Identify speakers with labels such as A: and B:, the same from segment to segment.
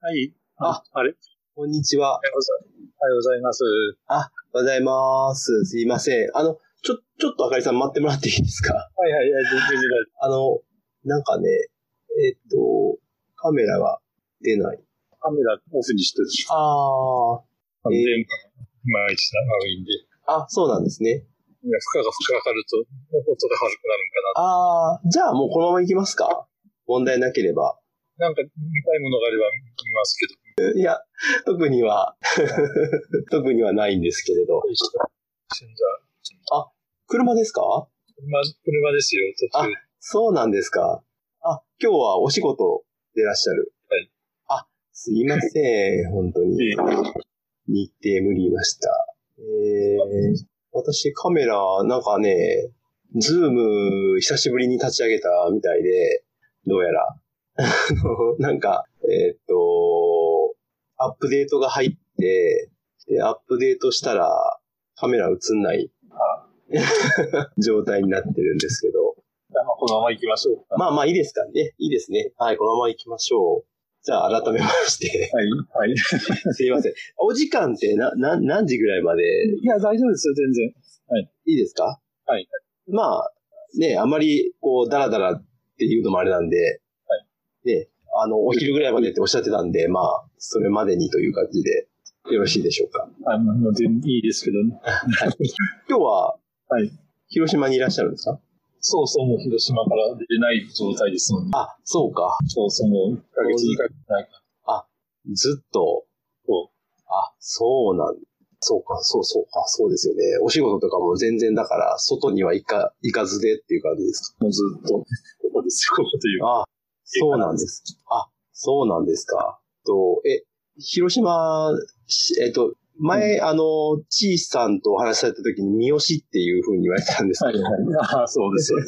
A: はい。
B: あ、
A: あれ
B: こんにち
A: お
B: は
A: は。ようございおはようございます。
B: あ、おはようございます。すいません。あの、ちょ、ちょっとあかりさん待ってもらっていいですか
A: はいはいはい、全然全然
B: あの、なんかね、えっと、カメラが出ない。
A: カメラオフにしてるし。
B: あー。
A: 完
B: え
A: 全
B: ー
A: に、毎日な、悪いんで。い
B: あ、そうなんですね。
A: や、負荷が負荷がかかると、音が悪くなるんか
B: あー、じゃあもうこのまま行きますか問題なければ。
A: な。なんか、見たいものがあれば見ますけど。
B: いや、特には、 特にはないんですけれど。
A: よいしょじゃあ、
B: 車ですか
A: 車、車ですよ、途中。
B: そうなんですか。あ、今日はお仕事でらっしゃる。
A: はい。
B: あ、すいませ ん、本当に。
A: いえいえ
B: 日程無理言いました。えー、私カメラ、なんかね、ズーム久しぶりに立ち上げたみたいで、どうやら。 あのなんか、えーっと、アップデートが入って、で、アップデートしたらカメラ映んない 状態になってるんですけど。
A: じゃあまあこのまま行きましょうか。
B: まあまあいいですかね。いいですね。はい、このまま行きましょう。じゃあ改めまして、
A: はい、はい。い
B: すいません。お時間ってな、な、何時ぐらいまで
A: や、大丈夫ですよ、全然。
B: いいですか
A: はい。
B: まあ、ね、あまり、こう、ダラダラっていうのもあれなんで、
A: は
B: ね、あの、お昼ぐらいまでっておっしゃってたんで、まあ、それまでにという感じで、よろしいでしょうか。
A: あの、もう全いいですけどね。
B: 今日は、
A: はい
B: 広島にいらっしゃるんですか
A: そうそう、もう広島から出れない状態ですもんね。
B: あ、そうか。
A: そうそう、もう1ヶ月、2ヶ月ないか。
B: ずっと、
A: そ
B: あ、そうなんそうか、そうそうか、そうですよね。お仕事とかも全然だから、外には行か、行かずでっていう感じです
A: う、もうずっと、ここですよ、ここという。
B: かあ、そうなんです。あ、そうなんですか。と、え、広島、しえっと、前、あの、ちーさんとお話しされた時に、三好っていう風に言われてたんです
A: は
B: け
A: い
B: ど、
A: はい。ああ、そうですよね。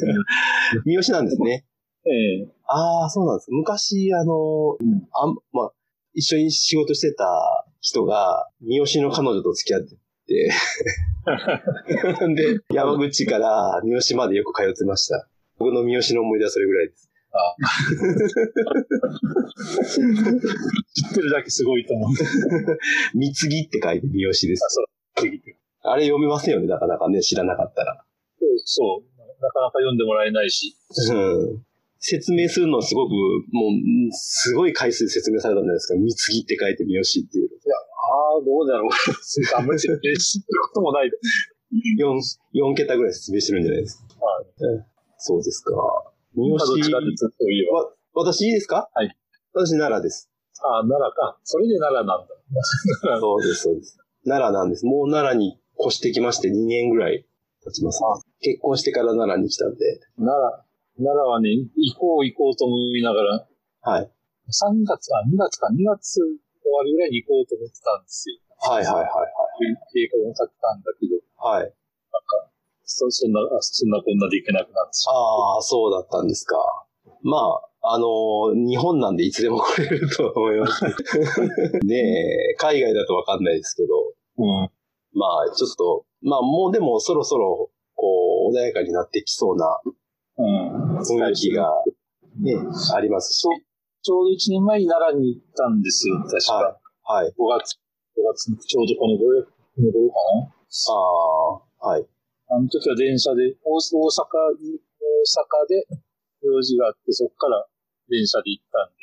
B: 三好なんですね。
A: ええ
B: ああ、そうなんです。昔、あの、あんまあ、一緒に仕事してた人が、三好の彼女と付き合ってて、 で、山口から三好までよく通ってました。僕の三好の思い出はそれぐらいです。
A: 知ってるだけすごいと思うんですよ。
B: 三つぎって書いて三好です。
A: そう
B: あれ読めませんよね、なかなかね、知らなかったら。
A: そう。なかなか読んでもらえないし。
B: うん説明するのはすごく、もう、すごい回数説明されたんじゃないですか。三つぎって書いて三好っていう。
A: ああ、どうだろう。 あんまり説明することもない。
B: 4、四桁ぐらい説明してるんじゃないですか。
A: はい
B: うん。そうですか。三
A: どっ
B: 好
A: ちかってそういえば。
B: 私いいですか
A: はい。
B: 私奈良です。
A: ああ、奈良か。それで奈良なんだ。
B: そうです、そうです。奈良なんです。もう奈良に越してきまして2年ぐらい経ちます。結婚してから奈良に来たんで。
A: 奈良、奈良はね、行こう行こうと思いながら、
B: はい。
A: 3月、あ、2月か、2月終わりぐらいに行こうと思ってたんですよ。
B: はいはいはい
A: 計画も立ってたんだけど、
B: はい。はい。
A: そそんな、あそんなこんなで行けなくなってしまう。
B: ああ、そうだったんですか。まあ、あのー日本なんでいつでも来れると思 います。ねえ、海外だとわかんないですけど。
A: うん。
B: まあ、ちょっと、まあ、もうでもそろそろ、こう、穏やかになってきそうな
A: うん。
B: 雰囲気が、ね、ありますし。
A: ちょうど1年前に奈良に行ったんですよ、確
B: はい
A: か。
B: はい。
A: 五5月、5月のちょうどこの頃、この頃か
B: ああ、はい。
A: な。あの時は電車で、大大阪に、大阪で用事があって、そこから電車で行ったんで、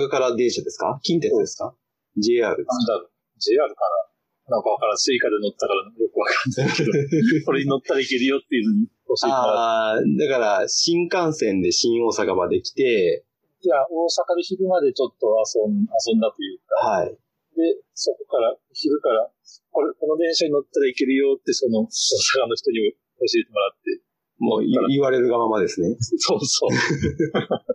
B: 大阪から電車ですか近鉄ですか ?JR です
A: なんだろう、JR かななんかわからん、スイカで乗ったからよくわかんないけど、これに乗ったらいけるよっていうのに教 えてもらって。
B: ああ、だから、新幹線で新大阪まで来て、
A: いや、大阪で昼までちょっと遊ん遊んだというか、
B: はい。
A: で、そこから、昼から、これ、この電車に乗ったらいけるよって、その、大阪の人に教えてもらって。
B: もうい言われるがままですね。
A: そうそう。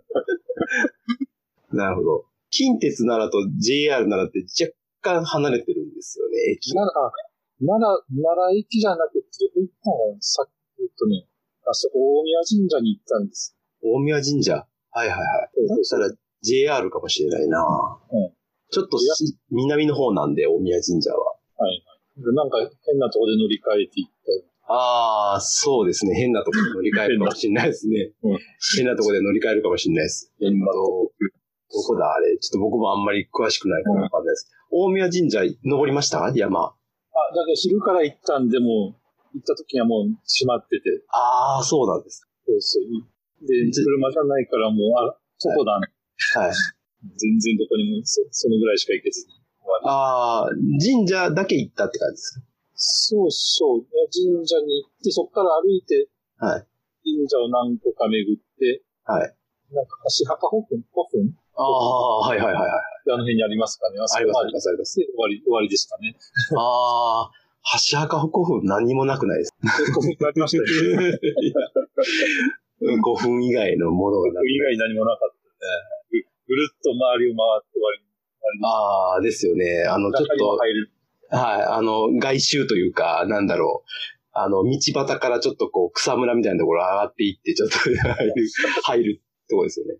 B: なるほど。近鉄ならと JR ならって若干離れてるんですよね、駅が。
A: 奈良、あ奈良、奈良駅じゃなくて、どこ行ったのさっき、えっとね、あそこ、大宮神社に行ったんです。
B: 大宮神社。はいはいはい。だったら JR かもしれないな、
A: うん
B: ちょっとし南の方なんで、大宮神社は。
A: でなんか、変なとこで乗り換えて行ったよ。
B: ああ、そうですね。変なとこで乗り換えるかもしれないですね。
A: うん
B: 変なとこで乗り換えるかもしれないです。
A: 変な
B: とこどこだあれ。ちょっと僕もあんまり詳しくないからわかんないです。大宮神社登りました山。
A: あ、だから昼から行ったんで、もう、行った時にはもう閉まってて、
B: ああ、そうなんです。
A: そうそう。で、車じゃないからもう、あ、ここだね。
B: はい。
A: 全然どこにもそ、そのぐらいしか行けずに終わり。
B: ああ、神社だけ行ったって感じです
A: そうそう。神社に行って、そこから歩いて、
B: かはい。
A: 神社を何個か巡って、
B: はい。
A: なんか、橋墓古墳古墳って
B: ああ、はいはいはいはい。
A: あの辺にありますかね。あ
B: あ
A: そ
B: り
A: こま
B: ますあ
A: で
B: りますあります。
A: で終わり、終わりでしたね。
B: ああ、橋墓古墳何にもなくないです。
A: 結構ありましたよ。
B: 古墳以外のものがなく
A: 以外何もなかったです。ぐるっと周りを回って終わり。
B: ああ、ですよね。あの、ちょっ
A: 中にも
B: と、
A: 入る。
B: はい、あの、外周というか、なんだろう。あの、道端からちょっとこう、草むらみたいなところ上がっていって、ちょっと入る、入るとこですよね。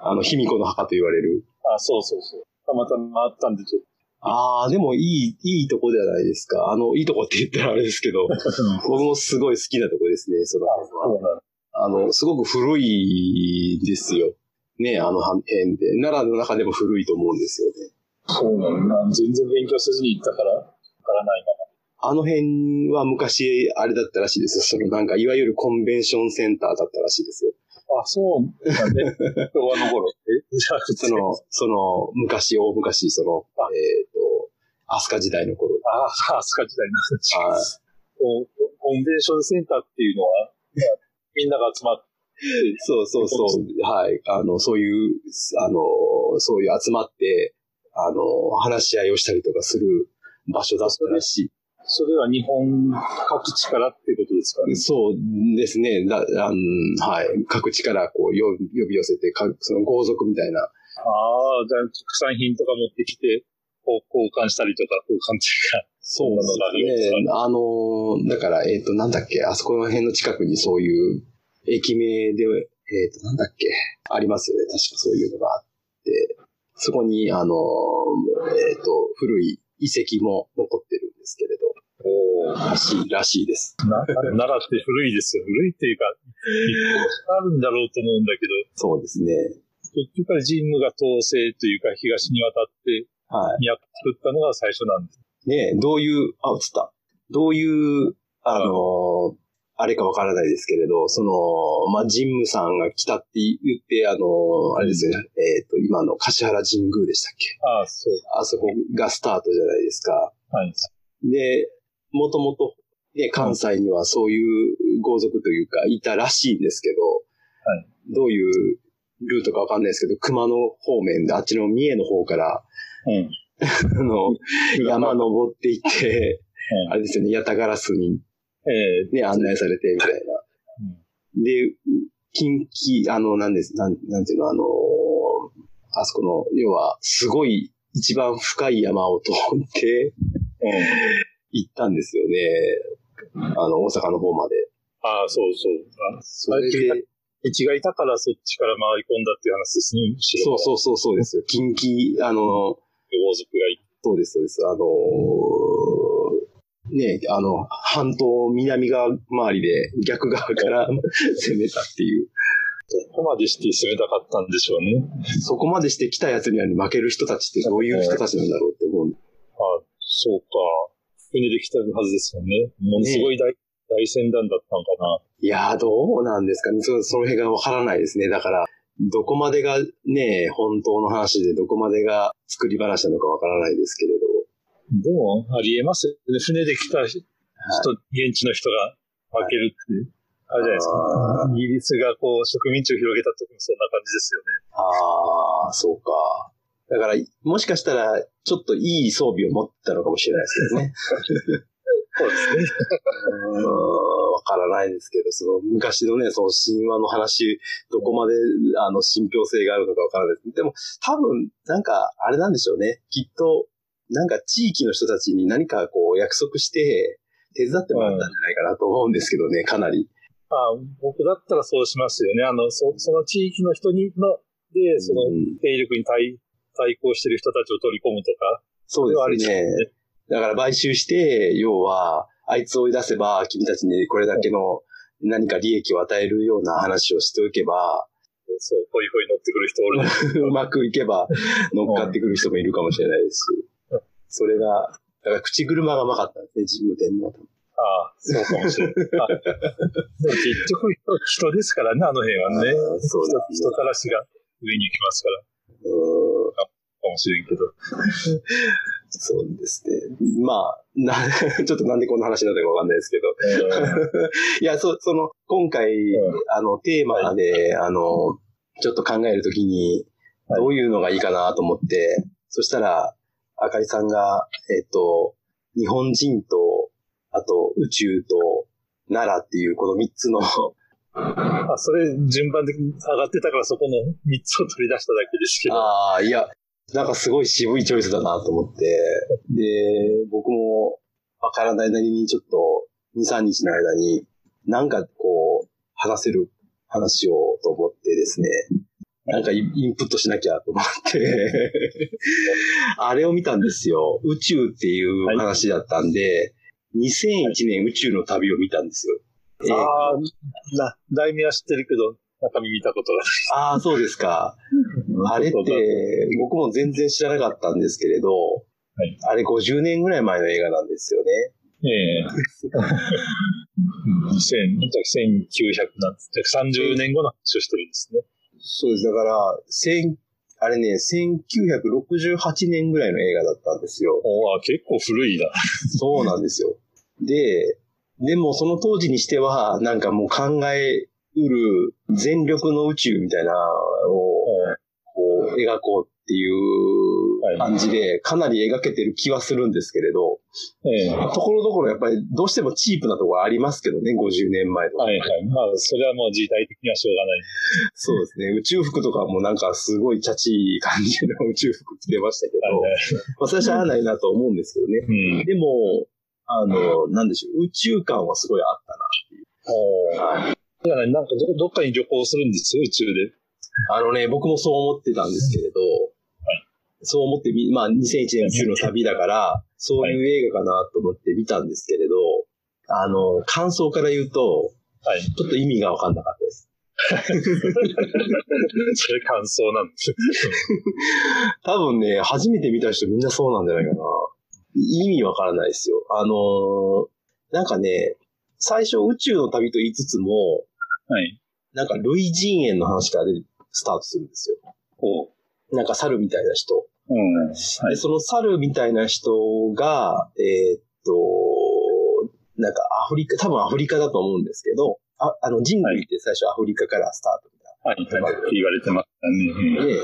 B: あの、卑弥呼の墓と言われる。
A: あ、そうそうそう。たまたまあったんで、ちょっと。
B: ああ、でもいい、いいとこではないですか。あの、いいとこって言ったらあれですけど、僕もすごい好きなとこですね、その辺は。あの、すごく古いですよ。ね、あの辺で。奈良の中でも古いと思うんですよね。
A: そうなんだ。全然勉強せずに行ったから、わからない
B: あの辺は昔、あれだったらしいですよ。そのなんか、いわゆるコンベンションセンターだったらしいですよ。
A: まま。あ、そうなんだね。昭和の頃。えじゃあ、普
B: その、その、昔、大昔、その、えっ、と、飛鳥時代の頃。
A: ああ、飛鳥時代の
B: はい
A: 話。こうコンベンションセンターっていうのは、みんなが集まって、
B: そうそうそう。はい。あの、そういう、あの、そういう集まって、あの、話し合いをしたりとかする場所だったらしい。
A: それは日本各地からっていうことですかね。
B: そうですね。だあのはい。各地からこうよ呼び寄せて、かその豪族みたいな。
A: ああ、じゃあ、特産品とか持ってきて、こう交換したりとか、交換っていうか。
B: そう
A: なの
B: ですね。あの、だから、えっ、と、なんだっけ、あそこの辺の近くにそういう駅名で、えっ、と、なんだっけ、ありますよね。確かそういうのがあって、そこに、あの、えっ、と、古い遺跡も残ってるんですけれど、
A: お
B: らしい、らしいです。
A: な奈 良って古いですよ。古いっていうか、あるんだろうと思うんだけど、
B: そうですね。
A: 結局は神武が東西というか東に渡って
B: はい。
A: 都作ったのが最初なんです。
B: ねえ、どういう、あ、映った。どういう、あのーあれかわからないですけれど、その、まあ、神武さんが来たって言って、あのーあれですよね、えっ、と、今の橿原神宮でしたっけ
A: ああ、そう。
B: あそこがスタートじゃないですか。
A: はい。
B: で、もともと、ね、関西にはそういう豪族というか、いたらしいんですけど、
A: は
B: どういうルートかわかんないですけど、熊野方面で、あっちの三重の方から、
A: うん。
B: あの、山登っていっ
A: う
B: て、
A: ん
B: あれですよね、ヤタガラスに
A: ええ
B: ね、案内されて、みたいな。で、近畿、あの、なんです、なん、なんていうの、あのーあそこの、要は、すごい、一番深い山を通って
A: うん。
B: 行ったんですよね。あの、大阪の方まで。
A: ああ、そうそう。あ
B: それで、
A: 道がいたからそっちから回り込んだっていう話ですね。
B: そうそうそうそうですよ。近畿、あのー
A: う。王族がいて。
B: そうです、そうです。あのーねあの、半島南側周りで逆側から 攻めたっていう。
A: ここまでして攻めたかったんでしょうね。
B: そこまでして来たやつには負ける人たちってどういう人たちなんだろうって思うんで
A: ああ、そうか。船で来たはずですもんね。ものすごい大、大船団だったのかな。
B: いやー、どうなんですかね。そその辺がわからないですね。だから、どこまでがね、本当の話で、どこまでが作り話なのかわからないですけれど。
A: でも、ありえますよね。船で来た人、現地の人が負けるって、あれじゃないですか。
B: あー
A: イギリスがこう植民地を広げた時もそんな感じですよね。
B: あー、そうか。だから、もしかしたら、ちょっといい装備を持ってたのかもしれないですけどね。
A: そうですね。
B: うーんわからないですけど、その昔のね、その神話の話、どこまで、あの、信憑性があるのかわからないです。でも、多分、なんか、あれなんでしょうね。きっと、なんか地域の人たちに何かこう約束して、手伝ってもらったんじゃないかなと思うんですけどね、かなり。
A: まあ、僕だったらそうしますよね。あの、そその地域の人にの、で、その、
B: うん
A: 勢力に対、対抗してる人たちを取り込むとか。
B: そうですね
A: あります。
B: だから買収して、要は、あいつを追い出せば、君たちにこれだけの何か利益を与えるような話をしておけば、え
A: そう、ホイホイ乗ってくる人おる。
B: うまくいけば乗っかってくる人もいるかもしれないですし。それが、だから口車がうまかったんですね、事務店の。
A: ああ、そうかもしれない。あでも結局人、人ですからね、あの辺はね。
B: あーそうだね
A: 人人たらしが上に行きますから、
B: うん
A: かもしれんけど。
B: そうですね。まあ、な、 ちょっとなんでこんな話になったかわかんないですけど。 いや、そう、その、今回、
A: うん
B: あの、テーマで、あの、ちょっと考えるときに、
A: はい
B: どういうのがいいかなと思って、そしたら、あかりさんが、えっと、日本人と、あと、宇宙と、奈良っていう、この3つの、
A: あ、それ順番で上がってたからそこの3つを取り出しただけですけど。
B: ああ、いや、なんかすごい渋いチョイスだなと思って、で、僕もわからないなりにちょっと2、3日の間に、なんかこう、話せる話をと思ってですね、なんかインインプットしなきゃと思って、 あれを見たんですよ。宇宙っていう話だったんで、2001年宇宙の旅を見たんですよ。えー
A: ああ、な、題名は知ってるけど、中身見たこと
B: ああ、そうですか。
A: が
B: あれっ
A: そうだ
B: て、僕も全然知らなかったんですけれど、
A: い
B: あれ50年ぐらい前の映画なんですよね。
A: え え2000 1900なんつって、30年後の話をしてるんですね。
B: そうです。だから、千あれね、1968年ぐらいの映画だったんですよ。
A: おーあ結構古いな。
B: そうなんです よ。で、でもその当時にしては、なんかもう考えうる全力の宇宙みたいなのをこう描こうっていう感じで、かなり描けてる気はするんですけれど、
A: ええは
B: ところどころやっぱりどうしてもチープなところありますけどね、50年前とか。
A: いはい。まあ、それはもう時代的にはしょうがない。
B: そうですね。宇宙服とかもなんかすごいチャチい感じの宇宙服着てましたけど、まあそれはしゃあないなと思うんですけどね。
A: はいはい。うん。
B: でも、あの、なんでしょう、宇宙感はすごいあった
A: おーだからなんかど、どっかに旅行するんですよ、宇宙で。
B: な。あのね、僕もそう思ってたんですけれど、そう思ってみ、まあ2001年宇宙の旅だから、そういう映画かなと思って見たんですけれど、あの、感想から言うと、
A: はい。
B: ちょっと意味がわかんなかったです。
A: それ感想なんですよ。
B: 多分ね、初めて見た人みんなそうなんじゃないかな。意味わからないですよ。あのーなんかね、最初宇宙の旅と言いつつも、
A: はい。
B: なんか類人猿の話からでスタートするんですよ。
A: おう。
B: なんか猿みたいな人。
A: うん。はい
B: で、その猿みたいな人が、えーっと、なんかアフリカ、多分アフリカだと思うんですけど、ああの人類って最初アフリカからスタートみたいな。
A: はい。はい。言われてましたね。
B: で、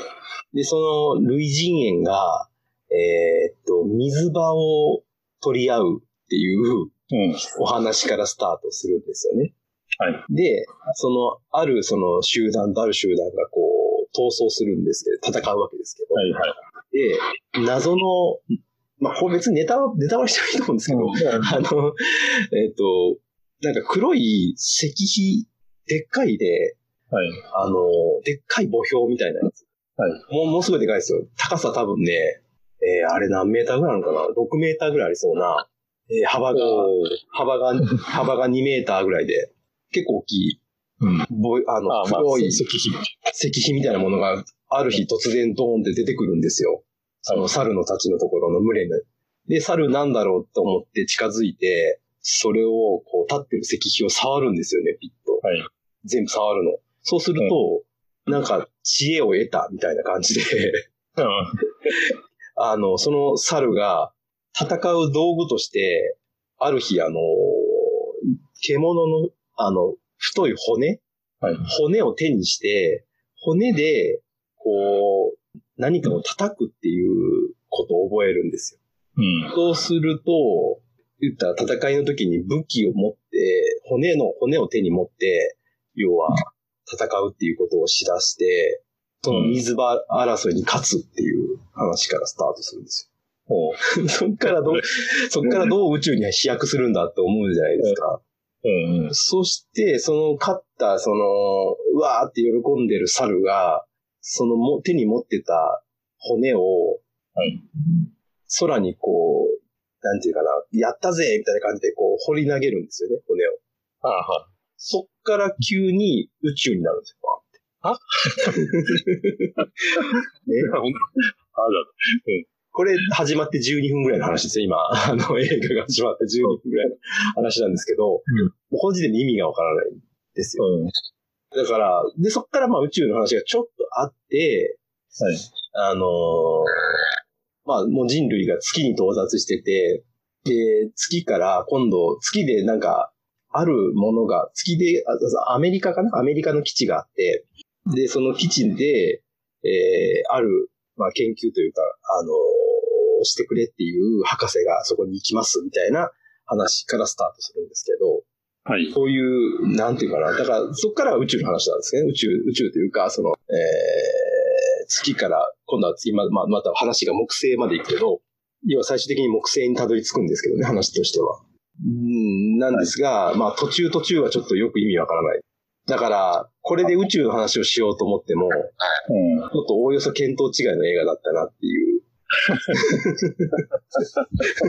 B: で、その類人猿が、えーっと、水場を取り合うっていう
A: うん。
B: お話からスタートするんですよね。
A: はい。
B: で、その、あるその集団とある集団がこう、闘争するんですけど、戦うわけですけど。
A: はい。はい。
B: で、謎の、まあ、これ別にネタは、ネタバレしてもいいと思うんですけど、あの、えーっと、なんか黒い石碑、でっかいで、
A: はい。
B: あの、でっかい墓標みたいなやつ。
A: はい
B: もう、もうすごいでかいですよ。高さ多分ね、えーあれ何メーターぐらいなのかな ?6 メーターぐらいありそうな、えー幅が、幅が、幅が2メーターぐらいで、結構大きい、
A: うん。
B: ぼあの、
A: ああ、まあ、
B: 黒い石
A: 石碑。
B: 碑みたいなものが、ある日突然ドーンって出てくるんですよ。その猿のたちのところの群れに。で、猿なんだろうと思って近づいて、それをこう立ってる石碑を触るんですよね、ピッと。
A: はい。
B: 全部触るの。そうすると、なんか知恵を得たみたいな感じで、
A: うん。
B: あの、その猿が戦う道具として、ある日、あの、獣の、あの、太い骨、
A: はい
B: 骨を手にして、骨で、こう、何かを叩くっていうことを覚えるんですよ。
A: うん。
B: そうすると、言ったら戦いの時に武器を持って、骨の、骨を手に持って、要は戦うっていうことをしだして、その水場争いに勝つっていう話からスタートするんです
A: おう。
B: よ。 そっからどう、そっからどう宇宙に飛躍するんだって思うじゃないですか。
A: うん。うん。
B: そして、その勝った、その、うわーって喜んでる猿が、そのも手に持ってた骨を、
A: はい
B: 空にこう、なんていうかな、やったぜみたいな感じでこう、掘り投げるんですよね、骨を。
A: ああ、は
B: そっから急に宇宙になるんですよ。
A: ほ
B: ね
A: んとあら、
B: これ始まって12分ぐらいの話ですよ、今。 あの、映画が始まって12分ぐらいの話なんですけど、
A: ん
B: もうこの時点で意味がわからないんですよ。
A: うん。は
B: だから、で、そっからまあ宇宙の話がちょっとあって、
A: い。
B: あのーまあもう人類が月に到達してて、で、月から今度、月でなんか、あるものが、月で、あアメリカかなアメリカの基地があって、で、その基地で、えーある、まあ研究というか、あのーしてくれっていう博士がそこに行きますみたいな話からスタートするんですけど、
A: はい。
B: そういう、なんていうかな。だから、そこから宇宙の話なんですね。宇宙、宇宙というか、その、えー、月から、今度は今、まあ、また話が木星まで行くけど、要は最終的に木星にたどり着くんですけどね、話としては。うん、なんですが、まあ、途中途中はちょっとよく意味わからない。だから、これで宇宙の話をしようと思っても、ち
A: うん。
B: ょっとおおよそ見当違いの映画だったなっ ていう。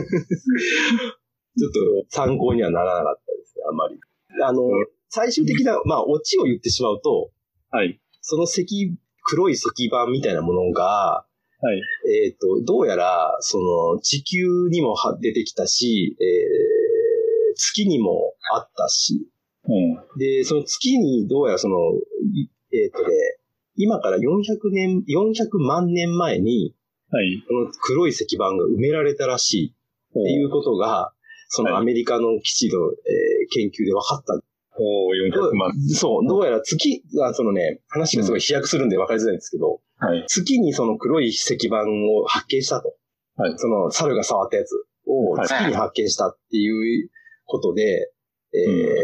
B: ちょっと参考にはならなかったですね、あんまり。あの、最終的な、まあ、オチを言ってしまうと、
A: はい。
B: その石、黒い石板みたいなものが、
A: はい。
B: えっ、と、どうやら、その、地球にもは出てきたし、えー月にもあったし、
A: うん。
B: で、その月にどうやらその、いえっ、とね、今から400年、400万年前に、
A: はい。
B: この黒い石板が埋められたらしいっていうことが、そのアメリカの基地の、えー研究で分かった
A: おー、400万。
B: そう、どうやら月が、そのね、話がすごい飛躍するんで分かりづらいんですけど、
A: はい。
B: 月にその黒い石板を発見したと。
A: はい
B: その猿が触ったやつを
A: はい
B: 月に発見したっていうことで、えー
A: うん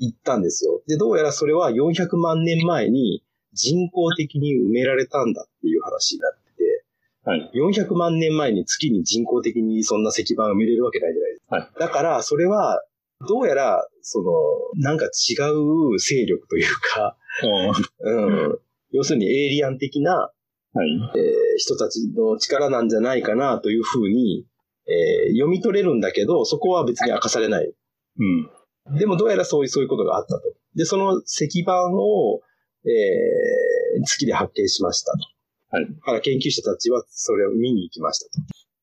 B: 言ったんですよ。で、どうやらそれは400万年前に人工的に埋められたんだっていう話になってて、
A: はい。
B: 400万年前に月に人工的にそんな石板埋めれるわけないじゃないですか。
A: はい
B: だから、それは、どうやら、その、なんか違う勢力というか、
A: うん。
B: うん、要するにエイリアン的な、
A: はい。
B: 人たちの力なんじゃないかなというふうに、えー読み取れるんだけど、そこは別に明かされない。
A: うん。
B: でもどうやらそういう、そういうことがあったと。で、その石板を、えー月で発見しましたと。
A: はい
B: だから研究者たちはそれを見に行きましたと。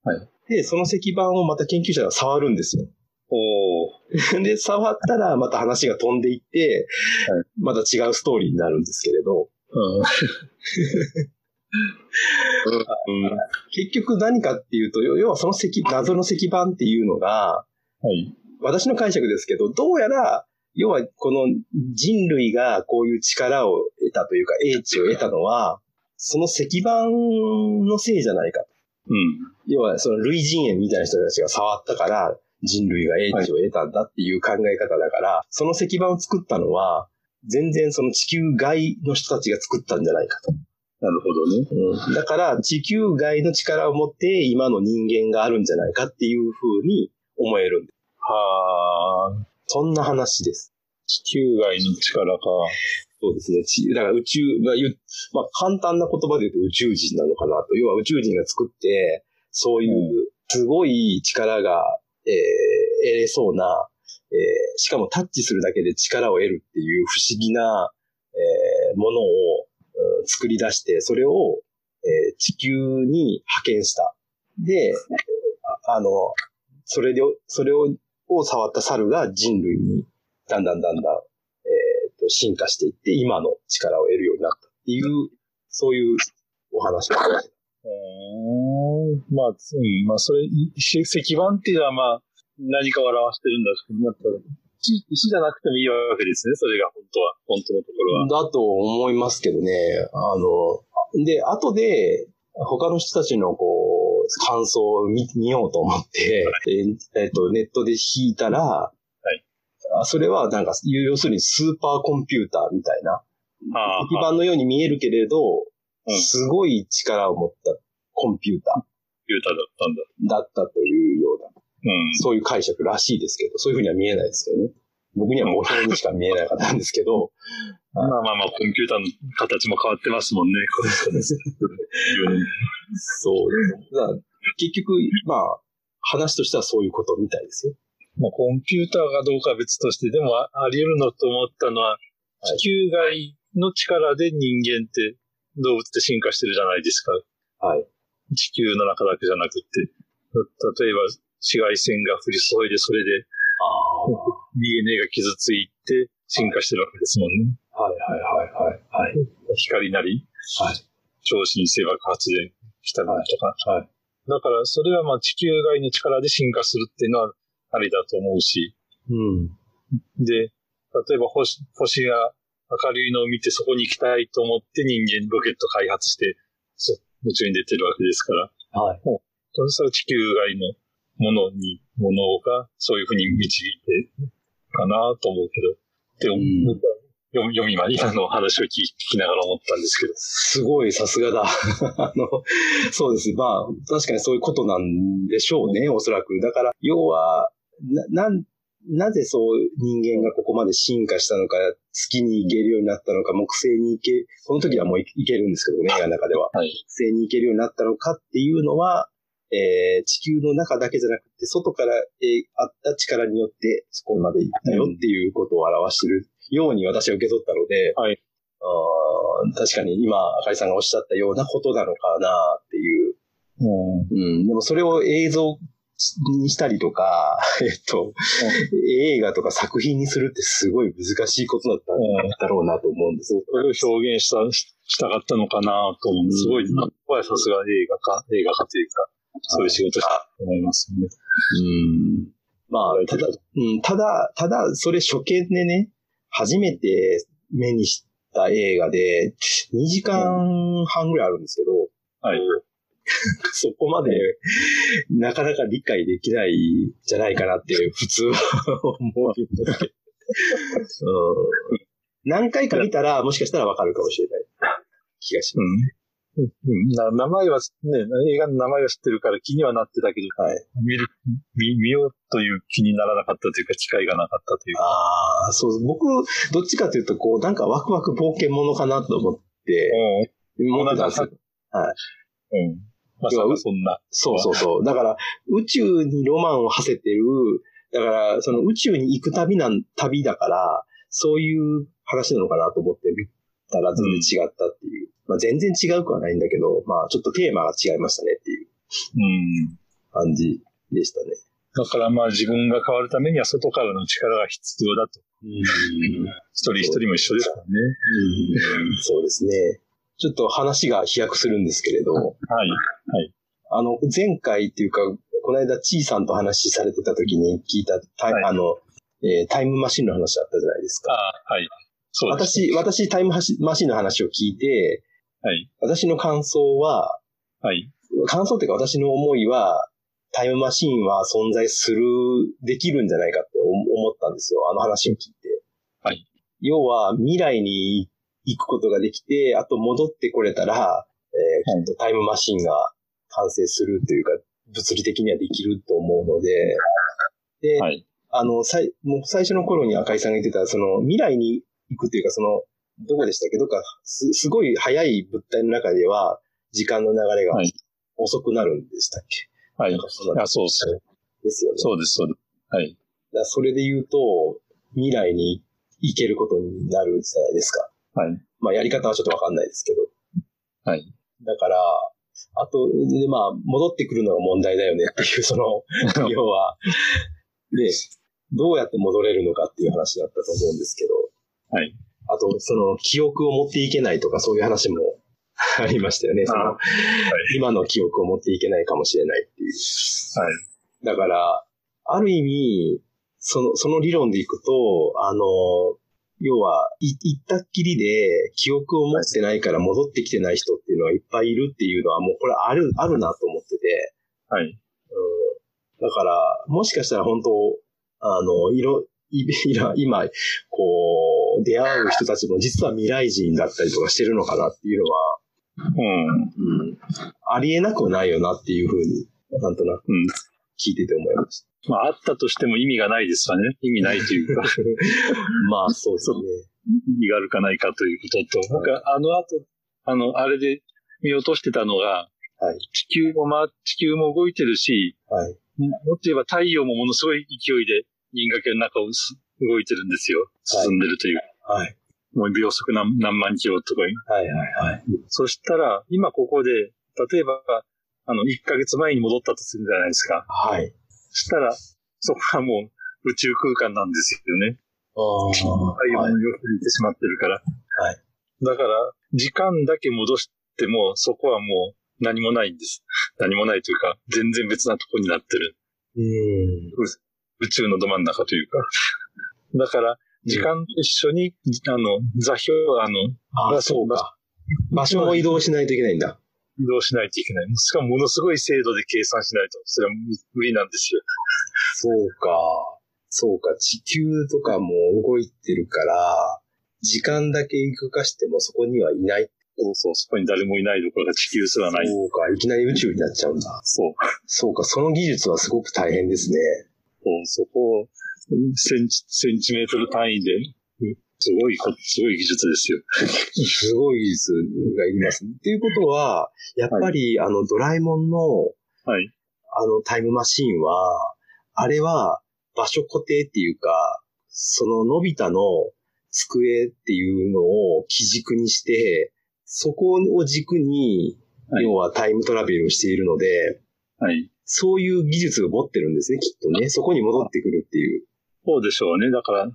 A: はい
B: で、その石板をまた研究者が触るんですよ。
A: おー。
B: で、触ったらまた話が飛んでいって、
A: は
B: また違うストーリーになるんですけれど、
A: うん。
B: 結局何かっていうと、要要はその石、謎の石板っていうのが、
A: はい。
B: 私の解釈ですけど、どうやら、要はこの人類がこういう力を得たというか、英知を得たのは、その石板のせいじゃないか。
A: うん。
B: 要はその類人猿みたいな人たちが触ったから、人類が英知を得たんだっていう考え方だから、その石板を作ったのは、全然その地球外の人たちが作ったんじゃないかと。
A: なるほどね。
B: うん、だから地球外の力を持って今の人間があるんじゃないかっていうふうに思える。
A: はあ。
B: そんな話です。
A: 地球外の力か。
B: そうですね。ちだから宇宙、まあ、ゆまあ、簡単な言葉で言うと宇宙人なのかなと。要は宇宙人が作って、そういうすごい力が、えー得れそうな、えーしかもタッチするだけで力を得るっていう不思議な、えーものを、うん作り出して、それを、えー地球に派遣した。で、ああの、それで、それをを触った猿が人類に、だんだんだんだん、えーと進化していって、今の力を得るようになったっていう、そういうお話ですね。
A: うーん。まあ、うん。まあ、それ、い石石板っていうのは、まあ、何かを表してるんだけど、だったら石石じゃなくてもいいわけですね、それが、本当は。本当のところは。
B: だと思いますけどね。あの、で、後で、他の人たちのこう、感想を見見ようと思って、えーえっと、ネットで引いたら、あそれはなんか、要するにスーパーコンピューターみたいな、
A: あ
B: 基盤のように見えるけれ
A: う
B: ど、
A: ん
B: すごい力を持ったコンピュータ
A: ピューターだったんだ。
B: ーだったというような
A: うん。
B: そういう解釈らしいですけど、そういうふうには見えないですけどね。僕には模様にしか見えなかったんですけ ど、
A: まあまあまあ、コンピューターの形も変わってますもんね、これからね
B: そうです。だから結局、まあ、話としてはそういうことみたいですよ。
A: まあ、コンピューターがどうかは別として、でもああり得るのと思ったのは、
B: はい
A: 地球外の力で人間って、動物って進化してるじゃないですか。
B: はい。
A: 地球の中だけじゃなくって。た例えば、紫外線が降り注いで、それで
B: あー
A: DNA が傷ついて進化してるわけですもんね。
B: はいはいはいはい。はい。
A: 光なり、
B: はい。
A: 超新星爆発電したりとか。
B: はい。
A: だから、それはまあ地球外の力で進化するっていうのはありだと思うし、
B: うん。
A: で、例えば星星が明るいのを見てそこに行きたいと思って人間ロケット開発して、そ宇宙に出てるわけですから、
B: はい。
A: そしたら地球外のものに、ものがそういうふうに導いてるかなと思うけど、って思
B: うん
A: 僕は読み読みまで今の話を聞き聞きながら思ったんですけど、
B: すごい、さすがだ。 あの、そうです。まあ、確かにそういうことなんでしょうね、おそらく。だから、要は、な、なん、なぜそう人間がここまで進化したのか、月に行けるようになったのか、木星に行け、この時はもう行行けるんですけどね、映画の中では。
A: はい。
B: 木星に行けるようになったのかっていうのは、えー地球の中だけじゃなくて、外から、えーあった力によって、そこまで行ったよっていうことを表しているように私は受け取ったので、
A: はい
B: あー確かに今、あかりさんがおっしゃったようなことなのかなっていう。
A: うん
B: うん、でもそれを映像にしたりとか、 えっと、映画とか作品にするってすごい難しいことだったんだろうなと思うんです。
A: それを表現した、ししたかったのかなと思う。すごい、なここはさすが映画か、映画かというか、そういう仕事したと思いますよね。
B: うんまあ、ただ、うん、ただ、ただ、それ初見でね、初めて目にした映画で、2時間半ぐらいあるんですけど、
A: はい。
B: そこまで、なかなか理解できないんじゃないかなって、 普通は思うんですけど。うん、何回か見たら、もしかしたらわかるかもしれない気がしま
A: うん。うんな名前は、ね、映画の名前は知ってるから気にはなってたけど、
B: はい
A: 見る見、見ようという気にならなかったというか、機会がなかったという
B: す。
A: か。
B: ああ、そう、僕、どっちかというと、こう、なんかワクワク冒険ものかなと思って、思ってたんですよ
A: うん。うん。まさかそんな。
B: そうそうそう。だから、宇宙にロマンを馳せてる、だから、その宇宙に行く旅なん、旅だから、そういう話なのかなと思って見たら全然違ったっていう。まあ全然違うくはないんだけど、まあちょっとテーマが違いましたねっていう
A: うん。
B: 感じでしたね。
A: だからまあ自分が変わるためには外からの力が必要だと。
B: うん。
A: 一人一人も一緒ですからね。
B: そうですね。ちょっと話が飛躍するんですけれど、
A: はい。
B: あの、前回っていうか、この間、ちーさんと話しされてた時に聞いたタイ、
A: はい
B: あの、えータイムマシンの話だったじゃないですか。
A: あはい。そうです。
B: 私、私、タイムマシマシンの話を聞いて、
A: はい。
B: 私の感想は、
A: はい。
B: 感想っていうか私の思いは、タイムマシンは存在する、できるんじゃないかって思思ったんですよ。あの話を聞いて。
A: はい。
B: 要は、未来に行くことができて、あと戻ってこれたら、えー
A: はい
B: きっとタイムマシンが完成するというか、物理的にはできると思うので、で、
A: はい
B: あの、さいもう最初の頃に赤井さんが言ってた、その未来に行くというか、その、どこでしたっけどっか、す、すごい早い物体の中では、時間の流れが
A: はい
B: 遅くなるんでしたっけ、
A: はい
B: なん。かそうなん
A: あ、そうそう。
B: ですよね。
A: そうです、そうです。はい。
B: だからそれで言うと、未来に行けることになるじゃないですか。
A: はい。
B: まあ、やり方はちょっとわかんないですけど。
A: はい。
B: だから、あと、で、まあ、戻ってくるのが問題だよねっていう、その、 要は、で、どうやって戻れるのかっていう話だったと思うんですけど、
A: はい。
B: あと、その、記憶を持っていけないとか、そういう話も ありましたよね。その
A: あはい
B: 今の記憶を持っていけないかもしれないっていう。
A: はい。
B: だから、ある意味、その、その理論でいくと、あの、要は、い行ったっきりで、記憶を持ってないから戻ってきてない人っていうのはいっぱいいるっていうのは、もうこれある、あるなと思ってて、
A: はい。
B: うん。だから、もしかしたら本当、あの、いろ、い いろ今、こう、出会う人たちも実は未来人だったりとかしてるのかなっていうのは、
A: うん。
B: うん。ありえなくはないよなっていうふうに、なんとなく
A: うん。
B: 聞いてて思いました。
A: まあ、あったとしても意味がないですわね。意味ないという か、
B: まあ、そうですね。
A: 意味があるかないかということと、僕はあの後、あの、あれで見落としてたのが、
B: はい
A: 地球も、ま、地球も動いてるし、
B: はい。
A: もっと言えば太陽もものすごい勢いで銀河系の中をす動いてるんですよ。進んでるという。
B: はい。
A: もう秒速何何万キロとかいう。
B: はいはいはい。
A: そしたら、今ここで、例えば、あの、1ヶ月前に戻ったとするじゃないですか。
B: はい。
A: そしたら、そこはもう宇宙空間なんですよね。
B: ああ
A: 太陽
B: は
A: の
B: い。
A: よくにいてしまってるから。
B: はい。
A: だから、時間だけ戻しても、そこはもう何もないんです。何もないというか、全然別なとこになってる。
B: うん。
A: 宇宙のど真ん中というか。だから、時間と一緒に、あの、座標、あの、
B: ああ、そうか。場所も移動しないといけないんだ。
A: 移動しないといけない。しかもものすごい精度で計算しないと、それは無理なんですよ。
B: そうか。そうか。地球とかも動いてるから、時間だけ動かしてもそこにはいない。
A: そうそう、そこに誰もいないどころか地球すらない。
B: そうか。いきなり宇宙になっちゃうんだ。
A: そう。
B: そうか。その技術はすごく大変ですね。
A: そうそこを、センチ、センチメートル単位で、すごいこ、すごい技術ですよ。
B: すごい技術がいりますね。っていうことは、やっぱり、あの、ドラえもんの、
A: はい。
B: あの、タイムマシーンは、あれは、場所固定っていうか、その、のび太の机っていうのを基軸にして、そこを軸に、
A: はい
B: 要はタイムトラベルをしているので、
A: はい。
B: そういう技術を持ってるんですね、きっとね。そこに戻ってくるっていう。
A: そうでしょうね。だから、
B: う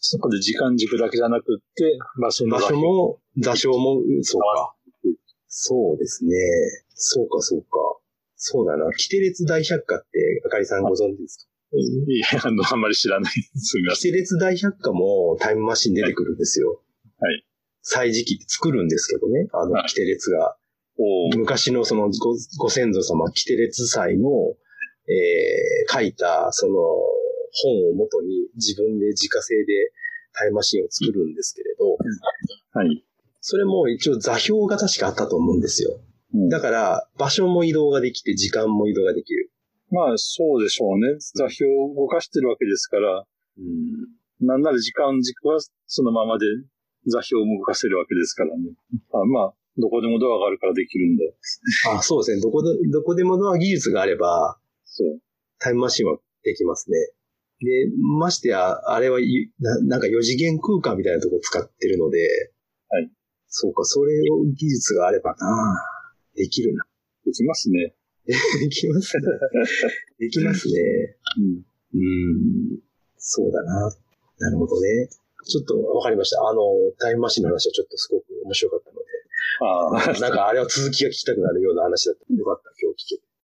A: そこで時間軸だけじゃなくって、場所
B: ん。
A: の
B: 場所も、座標も、そうか。そうですね。そうか、そうか。そうだな。キテレツ大百科って、あかりさんご存知ですか
A: いや、あの、あんまり知らないですが。
B: キテレツ大百科もタイムマシン出てくるんですよ。
A: はい。
B: 歳時記って作るんですけどね。あの
A: は、い
B: キテレツが。
A: おー
B: 昔のそのごご先祖様、キテレツ祭の、えー書いた、その、本をもとに自分で自家製でタイムマシンを作るんですけれど、
A: はい。
B: それも一応座標が確かあったと思うんですよ。
A: うん
B: だから、場所も移動ができて、時間も移動ができる。
A: まあ、そうでしょうね。座標を動かしてるわけですから、
B: うん
A: なんなら時間軸はそのままで座標も動かせるわけですからね。あまあ、どこでもドアがあるからできるんで。
B: あ、そうですね。どこで、どこでもの技術があれば、
A: そう。
B: タイムマシンはできますね。で、ましてや、あれはいな、なんか4次元空間みたいなとこ使ってるので、
A: はい。
B: そうか、それを技術があればな、できるな。
A: できますね。
B: できます ね。できますね。
A: うん。
B: うん。そうだな。なるほどね。ちょっとわかりました。あの、タイムマシンの話はちょっとすごく面白かったので。
A: ああ。啊
B: なんかあれは続きが聞きたくなるような話だった。よかった、今日聞けて。